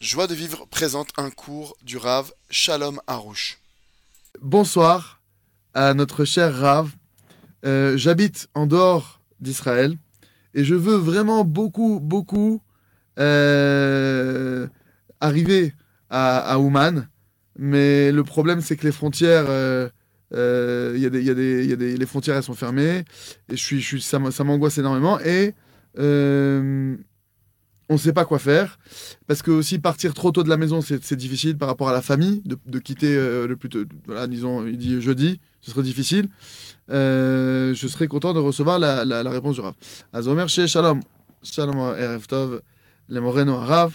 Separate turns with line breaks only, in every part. Joie de vivre présente un cours du Rav Shalom Harouche.
Bonsoir à notre cher Rav. Euh, J'habite en dehors d'Israël et je veux vraiment beaucoup, beaucoup euh, arriver à, à Ouman. Mais le problème, c'est que les frontières, euh, euh, il y a des- il y a des- il y a des- les frontières, elles sont fermées. Et je suis, je suis, ça m- ça m'angoisse énormément. Et euh, on ne sait pas quoi faire. Parce que aussi partir trop tôt de la maison, c'est c'est difficile par rapport à la famille, de, de quitter euh, le plus tôt, voilà, disons, il dit jeudi, ce serait difficile. Euh, je serais content de recevoir la, la- la réponse du Rav. Azomer chez Shalom. Shalom Erev Tov, le Moreno Rav.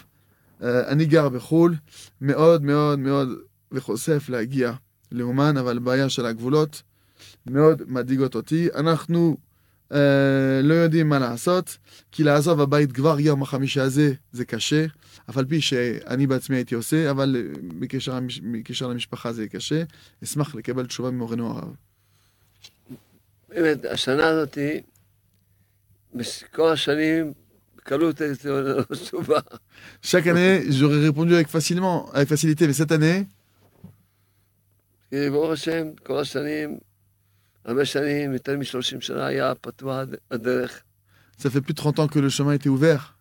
Euh, אני גר בחו"ל, מאוד מאוד מאוד וחושף להגיע לאומן, אבל בעיה של הגבולות מאוד מדאיגות אותי. אנחנו אה, לא יודעים מה לעשות, כי לעזוב הבית כבר יום החמישי הזה זה קשה, אף על פי שאני בעצמי הייתי עושה, אבל אה, בקשר, המש- בקשר למשפחה זה קשה. אשמח לקבל תשובה ממורנו הרב.
באמת, השנה הזאת, בכל השנים, בקלות הייתי עונה לו תשובה.
Chaque année, j'aurais répondu avec, facilement, avec facilité, mais cette année,
כי ברוך השם, כל השנים, הרבה שנים, יותר משלושים שנה היה פתוח הד- הדרך.
ça fait plus de 30 ans que le chemin était ouvert.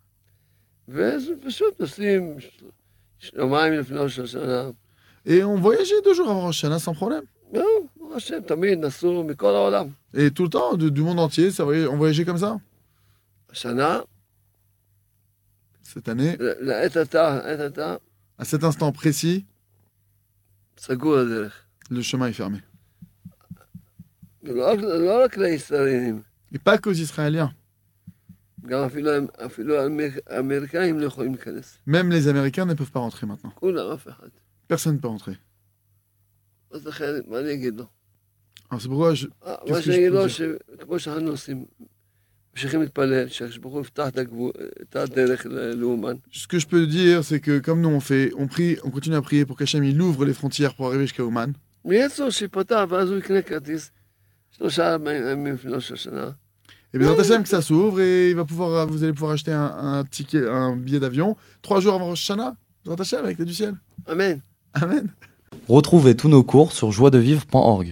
וזה פשוט נוסעים ש- יומיים לפני ראש השנה.
Et on voyageait deux jours avant Rosh Hashanah sans problème.
זהו, לא, ברוך השם, תמיד נסעו מכל העולם.
Et tout le temps, du, du monde entier, ça voyage- on voyageait comme ça.
השנה,
Cette année,
ל- לעת עתה, לעת עתה,
à cet instant précis,
סגור הדרך.
le chemin est fermé.
ולא רק- לא רק לישראלים,
Et pas qu'aux Israéliens.
גם אפילו, אפילו האמר- האמריקאים לא יכולים להיכנס.
Même les Américains ne peuvent pas rentrer maintenant.
כולם, אף אחד.
Personne ne peut rentrer.
אז לכן, מה אני אגיד לו?
Alors c'est pourquoi je-
אה,
כפי
מה שאני אגיד לו,
שפוזר.
שכמו שאנחנו עושים, ממשיכים להתפלל, שהקדוש ברוך הוא יפתח את הגבול- את הדרך ל- לאומן.
ce que je peux dire, c'est que comme nous on fait, on prie, on continue à prier pour qu'Hachem il ouvre les frontières pour arriver jusqu'à Ouman.
ויהיה צורך שייפתח, ואז הוא יקנה כרטיס שלושה ימים לפני ראש השנה.
Et bien Hachem que ça s'ouvre et il va pouvoir, vous allez pouvoir acheter un, un ticket, un billet d'avion trois jours avant Rosh Hashanah. Bezrat Hachem avec l'aide du ciel.
אמן.
Amen.
Retrouvez tous nos cours sur joiedevivre.org.